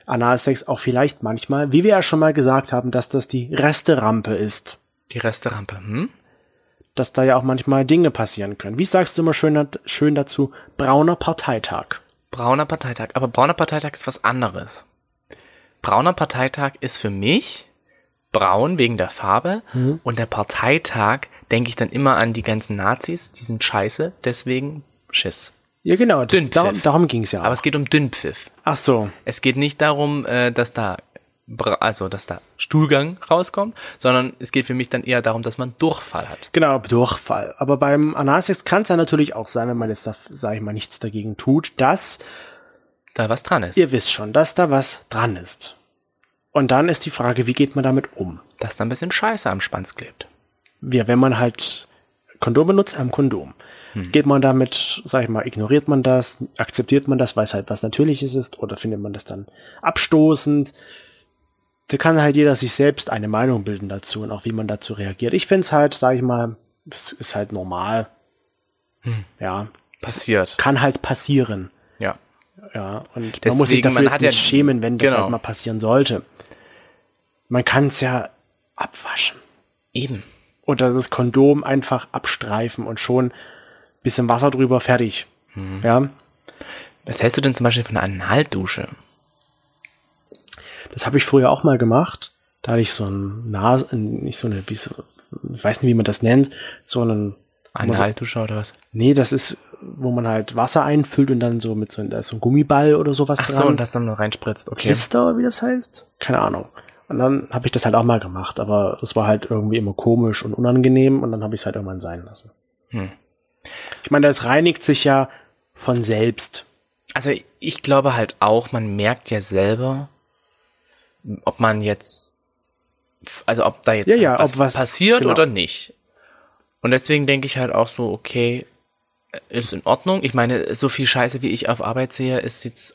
S1: Analsex auch vielleicht manchmal, wie wir ja schon mal gesagt haben, dass das die Resterampe ist.
S2: Die Resterampe, hm?
S1: Dass da ja auch manchmal Dinge passieren können. Wie sagst du immer schön, schön dazu? Brauner Parteitag.
S2: Brauner Parteitag. Aber brauner Parteitag ist was anderes. Brauner Parteitag ist für mich braun wegen der Farbe
S1: Mhm.
S2: und der Parteitag denke ich dann immer an die ganzen Nazis, die sind scheiße, deswegen Schiss.
S1: Ja, genau. Das,
S2: Dünnpfiff.
S1: darum, darum ging's ja.
S2: Aber
S1: Auch.
S2: es geht um Dünnpfiff.
S1: Ach so.
S2: Es geht nicht darum, äh, dass da Bra- also dass da Stuhlgang rauskommt, sondern es geht für mich dann eher darum, dass man Durchfall hat.
S1: Genau, Durchfall. Aber beim Analsex kann es ja natürlich auch sein, wenn man jetzt, da, sag ich mal, nichts dagegen tut, dass,
S2: Da was dran ist.
S1: ihr wisst schon, dass da was dran ist. Und dann ist die Frage, wie geht man damit um?
S2: Dass da ein bisschen Scheiße am Schwanz klebt.
S1: Ja, wenn man halt Kondom benutzt, am Kondom. Geht man damit, sag ich mal, ignoriert man das, akzeptiert man das, weiß halt, was Natürliches ist, oder findet man das dann abstoßend? Da kann halt jeder sich selbst eine Meinung bilden dazu und auch wie man dazu reagiert. Ich find's halt, sag ich mal, es ist halt normal. Ja,
S2: Passiert.
S1: kann halt passieren.
S2: Ja.
S1: Ja, und man muss sich
S2: Deswegen,
S1: dafür
S2: man
S1: jetzt
S2: hat ja-
S1: nicht schämen, wenn das
S2: genau.
S1: halt mal passieren sollte. Man kann's ja abwaschen.
S2: Eben.
S1: oder das Kondom einfach abstreifen und schon bisschen Wasser drüber, fertig.
S2: Mhm.
S1: Ja,
S2: Was hältst du denn zum Beispiel von einer Analdusche?
S1: das habe ich früher auch mal gemacht. Da hatte ich so ein Nase, nicht so eine, wie so, ich weiß nicht, wie man das nennt, so einen,
S2: Analdusche oder was?
S1: nee, das ist, wo man halt Wasser einfüllt und dann so mit so, da ist so ein Gummiball oder sowas
S2: Ach
S1: dran.
S2: so, und das dann noch reinspritzt, okay.
S1: Klister, oder wie das heißt? Keine Ahnung. Und dann habe ich das halt auch mal gemacht, aber das war halt irgendwie immer komisch und unangenehm und dann habe ich es halt irgendwann sein lassen.
S2: Hm.
S1: Ich meine, das reinigt sich ja von selbst.
S2: Also ich glaube halt auch, man merkt ja selber, ob man jetzt, also ob da jetzt
S1: Ja, ja,
S2: was,
S1: ob was-
S2: passiert
S1: genau.
S2: oder nicht. Und deswegen denke ich halt auch so, okay, ist in Ordnung. Ich meine, so viel Scheiße, wie ich auf Arbeit sehe, ist jetzt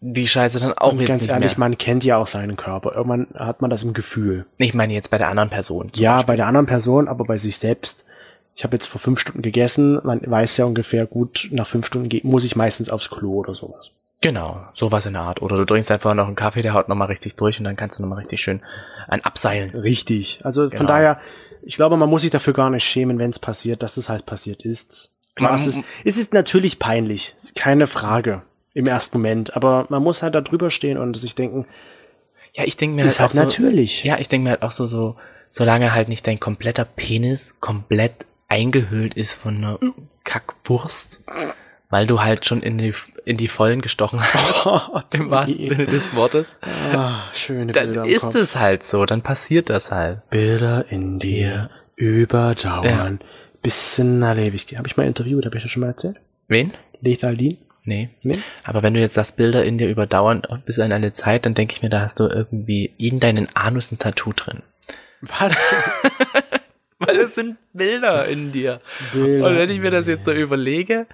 S2: die Scheiße dann auch
S1: Und
S2: jetzt
S1: ganz
S2: nicht
S1: ehrlich,
S2: mehr.
S1: man kennt ja auch seinen Körper. Irgendwann hat man das im Gefühl.
S2: Ich meine jetzt bei der anderen Person.
S1: ja, bei der anderen Person, aber bei sich selbst. Ich habe jetzt vor fünf Stunden gegessen. Man weiß ja ungefähr gut, nach fünf Stunden geht, muss ich meistens aufs Klo oder sowas.
S2: Genau, sowas in der Art. Oder du trinkst einfach noch einen Kaffee, der haut nochmal richtig durch und dann kannst du nochmal richtig schön einen abseilen.
S1: Richtig. Also von
S2: Genau.
S1: daher, ich glaube, man muss sich dafür gar nicht schämen, wenn es passiert, dass es halt passiert ist. Klar,
S2: Man-
S1: es, ist es ist natürlich peinlich, keine Frage im ersten Moment, aber man muss halt da drüber stehen und sich denken,
S2: Ja, ich denke mir
S1: ist halt
S2: auch so,
S1: natürlich.
S2: Ja, ich denke mir halt auch so, so, solange halt nicht dein kompletter Penis komplett eingehüllt ist von einer Kackwurst, weil du halt schon in die, in die Vollen gestochen hast, im wahrsten Sinne des Wortes,
S1: Oh, Ah, schöne
S2: dann
S1: Bilder im
S2: ist
S1: Kopf.
S2: es halt so, dann passiert das halt.
S1: Bilder in dir überdauern. Bis in alle Ewigkeit. Habe ich mal interviewt, habe ich das schon mal erzählt?
S2: Wen?
S1: Lethal Dean?
S2: Nee.
S1: Nee?
S2: Aber wenn du jetzt sagst, Bilder in dir überdauern bis an eine Zeit, dann denke ich mir, da hast du irgendwie in deinen Anus ein Tattoo drin.
S1: Was?
S2: Weil es sind Bilder in dir.
S1: Bilder.
S2: Und wenn ich mir das jetzt so überlege,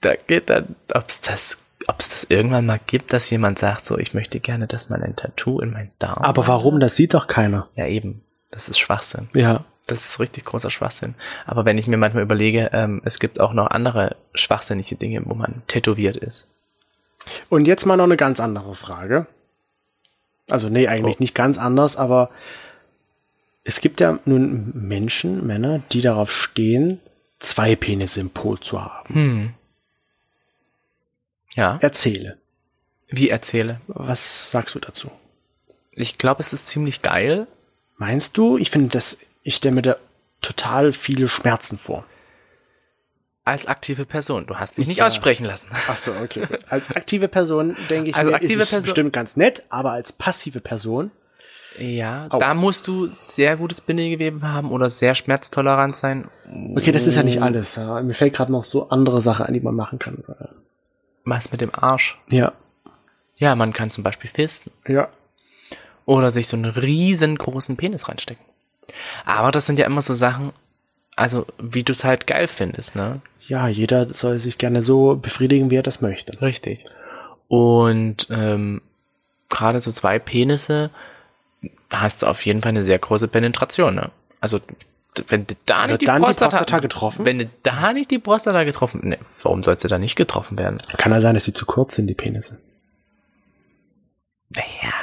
S2: da geht dann, ob's das, ob's das irgendwann mal gibt, dass jemand sagt, so, ich möchte gerne, dass man ein Tattoo in meinen Daumen.
S1: Aber warum? Das sieht doch keiner.
S2: Ja, eben. Das ist Schwachsinn.
S1: Ja.
S2: Das ist richtig großer Schwachsinn. Aber wenn ich mir manchmal überlege, ähm, es gibt auch noch andere schwachsinnige Dinge, wo man tätowiert ist.
S1: Und jetzt mal noch eine ganz andere Frage. Also, nee, eigentlich
S2: Oh.
S1: nicht ganz anders, aber es gibt ja nun Menschen, Männer, die darauf stehen, zwei Penisse im Po zu haben.
S2: Hm. Ja,
S1: Erzähle.
S2: wie erzähle.
S1: Was sagst du dazu?
S2: Ich glaube, es ist ziemlich geil.
S1: Meinst du? Ich finde das, ich stelle mir da total viele Schmerzen vor.
S2: Als aktive Person. Du hast mich nicht
S1: Ja.
S2: aussprechen lassen.
S1: Ach so, okay. Als aktive Person denke ich
S2: Also
S1: mir,
S2: aktive
S1: ist es
S2: Person-
S1: bestimmt ganz nett, aber als passive Person
S2: Ja,
S1: Au.
S2: da musst du sehr gutes Bindegewebe haben oder sehr schmerztolerant sein.
S1: Okay, das ist ja
S2: Mm.
S1: nicht alles. Ja. Mir fällt gerade noch so andere Sachen ein, die man machen kann.
S2: Was mit dem Arsch?
S1: Ja,
S2: Ja, man kann zum Beispiel fisten
S1: ja.
S2: oder sich so einen riesengroßen Penis reinstecken. Aber das sind ja immer so Sachen, also wie du es halt geil findest, ne?
S1: Ja, jeder soll sich gerne so befriedigen, wie er das möchte.
S2: Richtig. Und ähm, gerade so zwei Penisse hast du auf jeden Fall eine sehr große Penetration. Ne? Also d- wenn du da nicht die,
S1: dann Also die
S2: Prostata,
S1: Prostata getroffen?
S2: wenn du da nicht die Prostata getroffen, ne, warum sollst du da nicht getroffen werden?
S1: Kann ja sein, dass sie zu kurz sind, die Penisse.
S2: Naja,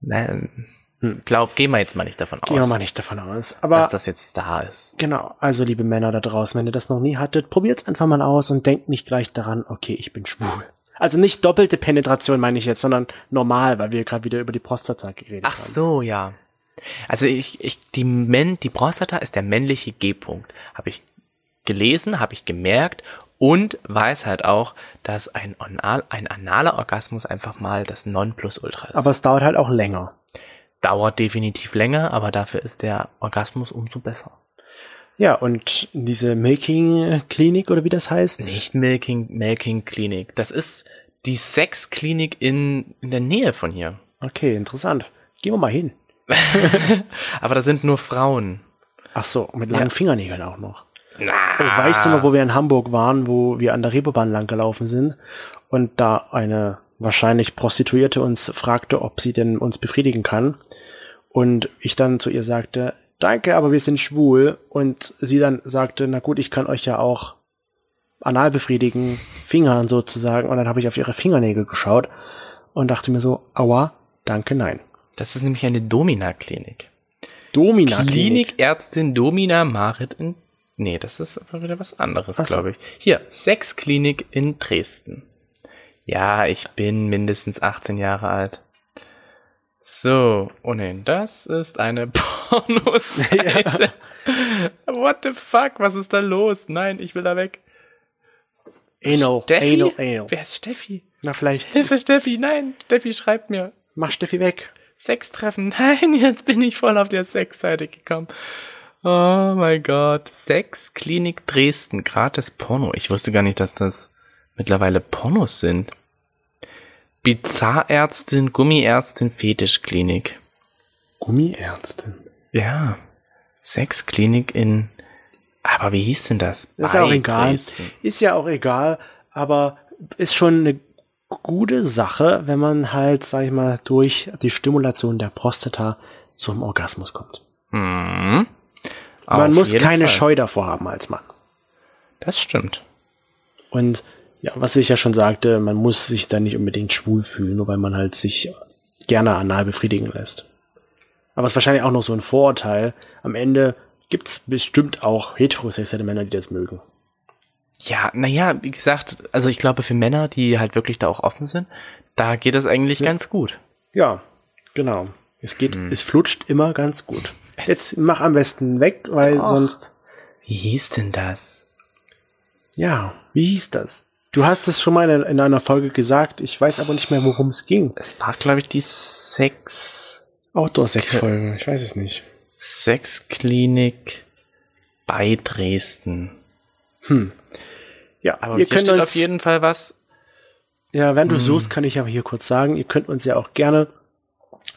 S2: nein,
S1: Hm.
S2: ähm, glaub, gehen wir jetzt mal nicht davon aus,
S1: Gehen wir mal nicht davon aus. Aber
S2: dass das jetzt da ist.
S1: genau, also liebe Männer da draußen, wenn ihr das noch nie hattet, probiert's einfach mal aus und denkt nicht gleich daran, okay, ich bin schwul. Also nicht doppelte Penetration meine ich jetzt, sondern normal, weil wir gerade wieder über die Prostata geredet
S2: Ach
S1: haben.
S2: so, ja. Also ich, ich, die Men, die Prostata ist der männliche G-Punkt. Habe ich gelesen, habe ich gemerkt und weiß halt auch, dass ein, anal, ein analer Orgasmus einfach mal das Nonplusultra ist.
S1: Aber es dauert halt auch länger.
S2: Dauert definitiv länger, aber dafür ist der Orgasmus umso besser.
S1: Ja, und diese Milking-Klinik oder wie das heißt?
S2: Nicht Milking, Milking Klinik. Das ist die Sexklinik in, in der Nähe von hier.
S1: Okay, interessant. Gehen wir mal hin.
S2: Aber das sind nur Frauen.
S1: Ach so, mit langen Fingernägeln auch noch.
S2: Na,
S1: Oh, Weißt du noch, wo wir in Hamburg waren, wo wir an der Reeperbahn lang gelaufen sind und da eine wahrscheinlich Prostituierte uns fragte, ob sie denn uns befriedigen kann. Und ich dann zu ihr sagte, danke, aber wir sind schwul. Und sie dann sagte, na gut, ich kann euch ja auch anal befriedigen, Fingern sozusagen. Und dann habe ich auf ihre Fingernägel geschaut und dachte mir so, aua, danke, nein.
S2: Das ist nämlich eine Domina-Klinik.
S1: Domina Klinik.
S2: Klinikärztin Domina Marit in. Nee, das ist aber wieder was anderes,
S1: Ach so.
S2: glaube ich. Hier, Sexklinik in Dresden. Ja, ich bin mindestens 18 Jahre alt. So, oh nein, das ist eine Pornoseite. What the fuck? Was ist da los? Nein, ich will da weg.
S1: Anal,
S2: Steffi?
S1: anal, anal.
S2: Wer ist Steffi?
S1: Na vielleicht,
S2: Hilfe, Steffi, nein. Steffi schreibt mir.
S1: mach Steffi weg.
S2: Sextreffen. Nein, jetzt bin ich voll auf der Sexseite gekommen. Oh mein Gott. Sexklinik Dresden, gratis Porno. Ich wusste gar nicht, dass das mittlerweile Pornos sind. Bizarrärztin, Gummiärztin, Fetischklinik.
S1: Gummiärztin.
S2: Ja. Sexklinik in. Aber wie hieß denn das?
S1: Ist ja auch
S2: Bei
S1: egal.
S2: Dresden.
S1: Ist ja auch egal, aber ist schon eine gute Sache, wenn man halt, sag ich mal, durch die Stimulation der Prostata zum Orgasmus kommt. man
S2: Hm. Auf
S1: muss
S2: jeden
S1: keine
S2: Fall.
S1: Scheu davor haben als Mann.
S2: Das stimmt.
S1: Und ja, was ich ja schon sagte, man muss sich da nicht unbedingt schwul fühlen, nur weil man halt sich gerne anal befriedigen lässt. Aber es ist wahrscheinlich auch noch so ein Vorurteil. Am Ende gibt's bestimmt auch heterosexuelle Männer, die das mögen.
S2: Ja, naja, wie gesagt, also ich glaube für Männer, die halt wirklich da auch offen sind, da geht das eigentlich ganz gut.
S1: Ja, genau. Es geht, es flutscht immer ganz gut. Jetzt mach am besten weg, weil sonst,
S2: Wie hieß denn das?
S1: ja, wie hieß das? Du hast es schon mal in, in einer Folge gesagt, ich weiß aber nicht mehr, worum es ging.
S2: Es war, glaube ich, die Sex
S1: Outdoor-Sex-Folge, ich weiß es nicht.
S2: Sexklinik bei Dresden.
S1: Ja,
S2: Aber
S1: aber ihr
S2: hier
S1: könnt
S2: steht
S1: uns,
S2: auf jeden Fall was.
S1: ja, während du suchst, kann ich aber hier kurz sagen, ihr könnt uns ja auch gerne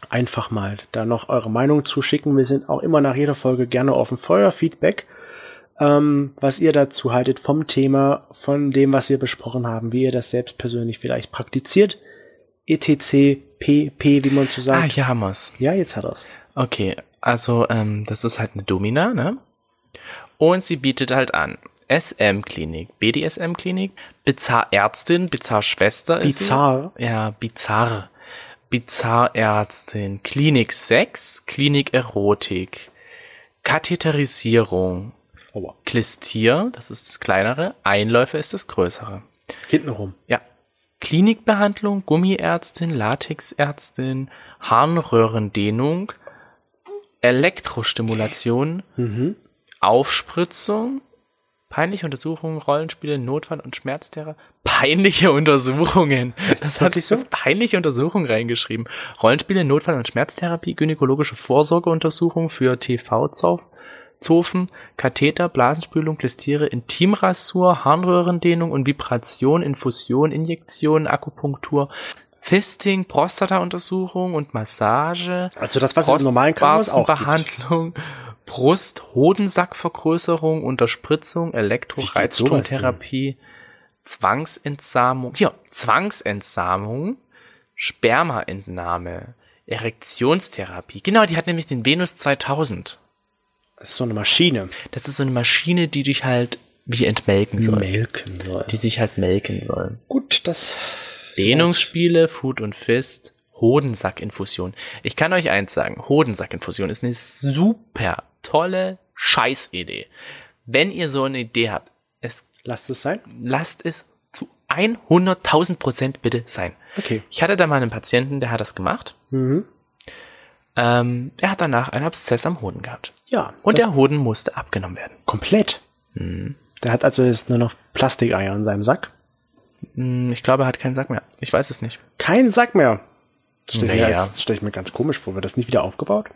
S1: einfach mal da noch eure Meinung zuschicken. Wir sind auch immer nach jeder Folge gerne offen Feuer, Feedback, ähm, was ihr dazu haltet vom Thema, von dem, was wir besprochen haben, wie ihr das selbst persönlich vielleicht praktiziert. E ETC, PP, wie man so
S2: Ah,
S1: sagt.
S2: hier haben wir's.
S1: ja. jetzt hat er's.
S2: Okay, also ähm, das ist halt eine Domina, ne? Und sie bietet halt an. SM-Klinik, BDSM-Klinik, Bizarrärztin, Bizarrschwester ist sie.
S1: Bizarr.
S2: Ja, bizarr. Bizarrärztin, Klinik Sex, Klinik Erotik, Katheterisierung,
S1: Aua.
S2: Klistier, das ist das kleinere, Einläufe ist das größere.
S1: Hintenrum.
S2: Ja. Klinikbehandlung, Gummiärztin, Latexärztin, Harnröhrendehnung, Elektrostimulation, Aufspritzung, Peinliche Untersuchungen, Rollenspiele, Notfall und Schmerzterror. Peinliche Untersuchungen. Das hat sich
S1: wirklich so?
S2: so peinliche Untersuchungen reingeschrieben. Rollenspiele, Notfall und Schmerztherapie, gynäkologische Vorsorgeuntersuchung für TV-Zofen, Katheter, Blasenspülung, Klistiere, Intimrasur, Harnröhrendehnung und Vibration, Infusion, Injektion, Akupunktur, Fisting, Prostata-Untersuchung und Massage.
S1: Also das, was es im normalen Krankenhaus auch gibt.
S2: Brustwarzenbehandlung, Brust, Hodensackvergrößerung, Unterspritzung,
S1: Wie geht sowas
S2: Elektroreizstromtherapie, Zwangsentsamung, hier, Zwangsentsamung, Spermaentnahme, Erektionstherapie. Genau, die hat nämlich den Venus 2000.
S1: Das ist so eine Maschine.
S2: Das ist so eine Maschine, die dich halt wie entmelken
S1: Hm.
S2: soll.
S1: Melken soll.
S2: Die sich halt melken soll.
S1: Gut, das
S2: Dehnungsspiele, Food und Fist, Hodensackinfusion. Ich kann euch eins sagen, Hodensackinfusion ist eine super tolle Scheißidee. Wenn ihr so eine Idee habt, es
S1: lasst es sein.
S2: lasst es zu 100.000 Prozent bitte sein.
S1: Okay.
S2: Ich hatte da mal einen Patienten, der hat das gemacht.
S1: Mhm.
S2: Ähm, er hat danach einen Abszess am Hoden gehabt.
S1: Ja.
S2: Und
S1: das
S2: der Hoden musste abgenommen werden.
S1: komplett.
S2: Mhm.
S1: Der hat also jetzt nur noch Plastikeier in seinem Sack.
S2: Hm, Ich glaube, er hat keinen Sack mehr. Ich weiß es nicht.
S1: Kein Sack mehr. Das stelle
S2: Naja.
S1: ich, mir- das stell ich mir ganz komisch vor. Wird das nicht wieder aufgebaut?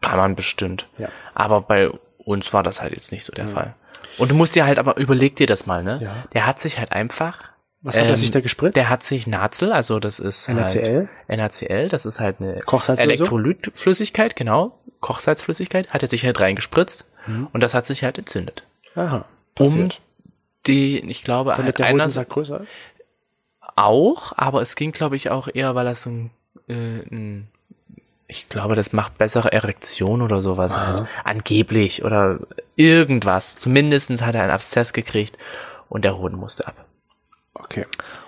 S2: Kann man bestimmt.
S1: Ja. Mhm.
S2: Aber bei uns war das halt jetzt nicht so der Fall. Und du musst dir halt aber, überleg dir das mal, ne?
S1: Ja.
S2: Der hat sich halt einfach.
S1: Was hat er sich da gespritzt?
S2: Ähm, Der hat sich Nazel, also das ist
S1: NaCl?
S2: halt NaCl, das ist halt eine
S1: Kochsalzlösung?
S2: Elektrolytflüssigkeit, genau, Kochsalzflüssigkeit, hat er sich halt reingespritzt
S1: Mhm.
S2: und das hat sich halt entzündet.
S1: Aha.
S2: Um die, ich glaube,
S1: Damit
S2: halt
S1: der
S2: einer
S1: Hodensack größer ist?
S2: auch, aber es ging, glaube ich, auch eher, weil das so ein, äh, ein ich glaube, das macht bessere Erektion oder sowas halt. Angeblich oder irgendwas. Zumindestens hat er einen Abszess gekriegt und der Hoden musste ab.
S1: Okay.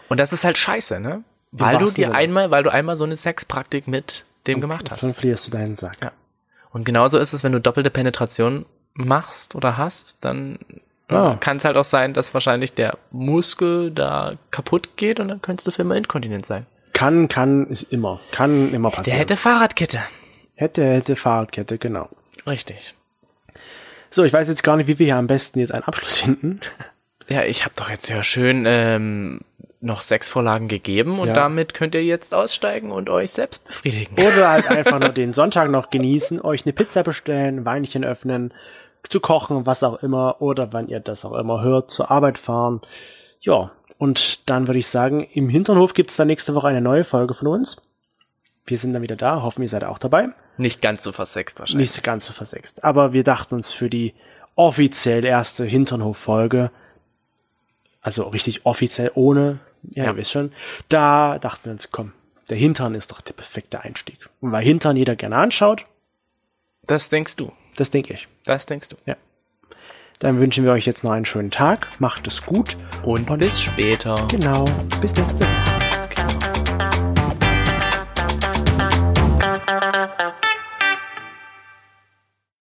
S2: Und das ist halt scheiße, ne? Weil du
S1: wahrsten
S2: dir
S1: Sinne.
S2: einmal, weil du einmal so eine Sexpraktik mit dem gemacht hast.
S1: Dann verlierst du deinen Sack.
S2: Ja. Und genauso ist es, wenn du doppelte Penetration machst oder hast, dann
S1: Ah.
S2: kann es halt auch sein, dass wahrscheinlich der Muskel da kaputt geht und dann könntest du für immer inkontinent sein.
S1: Kann, kann, ist immer. Kann immer
S2: Der
S1: passieren.
S2: hätte Fahrradkette.
S1: hätte, hätte Fahrradkette, genau.
S2: Richtig.
S1: So, ich weiß jetzt gar nicht, wie wir hier am besten jetzt einen Abschluss finden.
S2: Ja, ich habe doch jetzt ja schön ähm, noch sechs Vorlagen gegeben und
S1: Ja.
S2: damit könnt ihr jetzt aussteigen und euch selbst befriedigen.
S1: Oder halt einfach nur den Sonntag noch genießen, euch eine Pizza bestellen, Weinchen öffnen, zu kochen, was auch immer, oder wann ihr das auch immer hört, zur Arbeit fahren. Ja, und dann würde ich sagen, im Hinternhof gibt's dann nächste Woche eine neue Folge von uns. Wir sind dann wieder da, hoffen, ihr seid auch dabei.
S2: Nicht ganz so versext wahrscheinlich.
S1: Nicht ganz so versext. Aber wir dachten uns für die offiziell erste Hinternhof-Folge, also richtig offiziell ohne, ja,
S2: Ja.
S1: ihr wisst schon, da dachten wir uns, komm, der Hintern ist doch der perfekte Einstieg. Und weil Hintern jeder gerne anschaut,
S2: Das denkst du.
S1: das denke ich.
S2: Das denkst du.
S1: Dann wünschen wir euch jetzt noch einen schönen Tag, macht es gut
S2: Und bis später.
S1: genau, bis nächste Woche.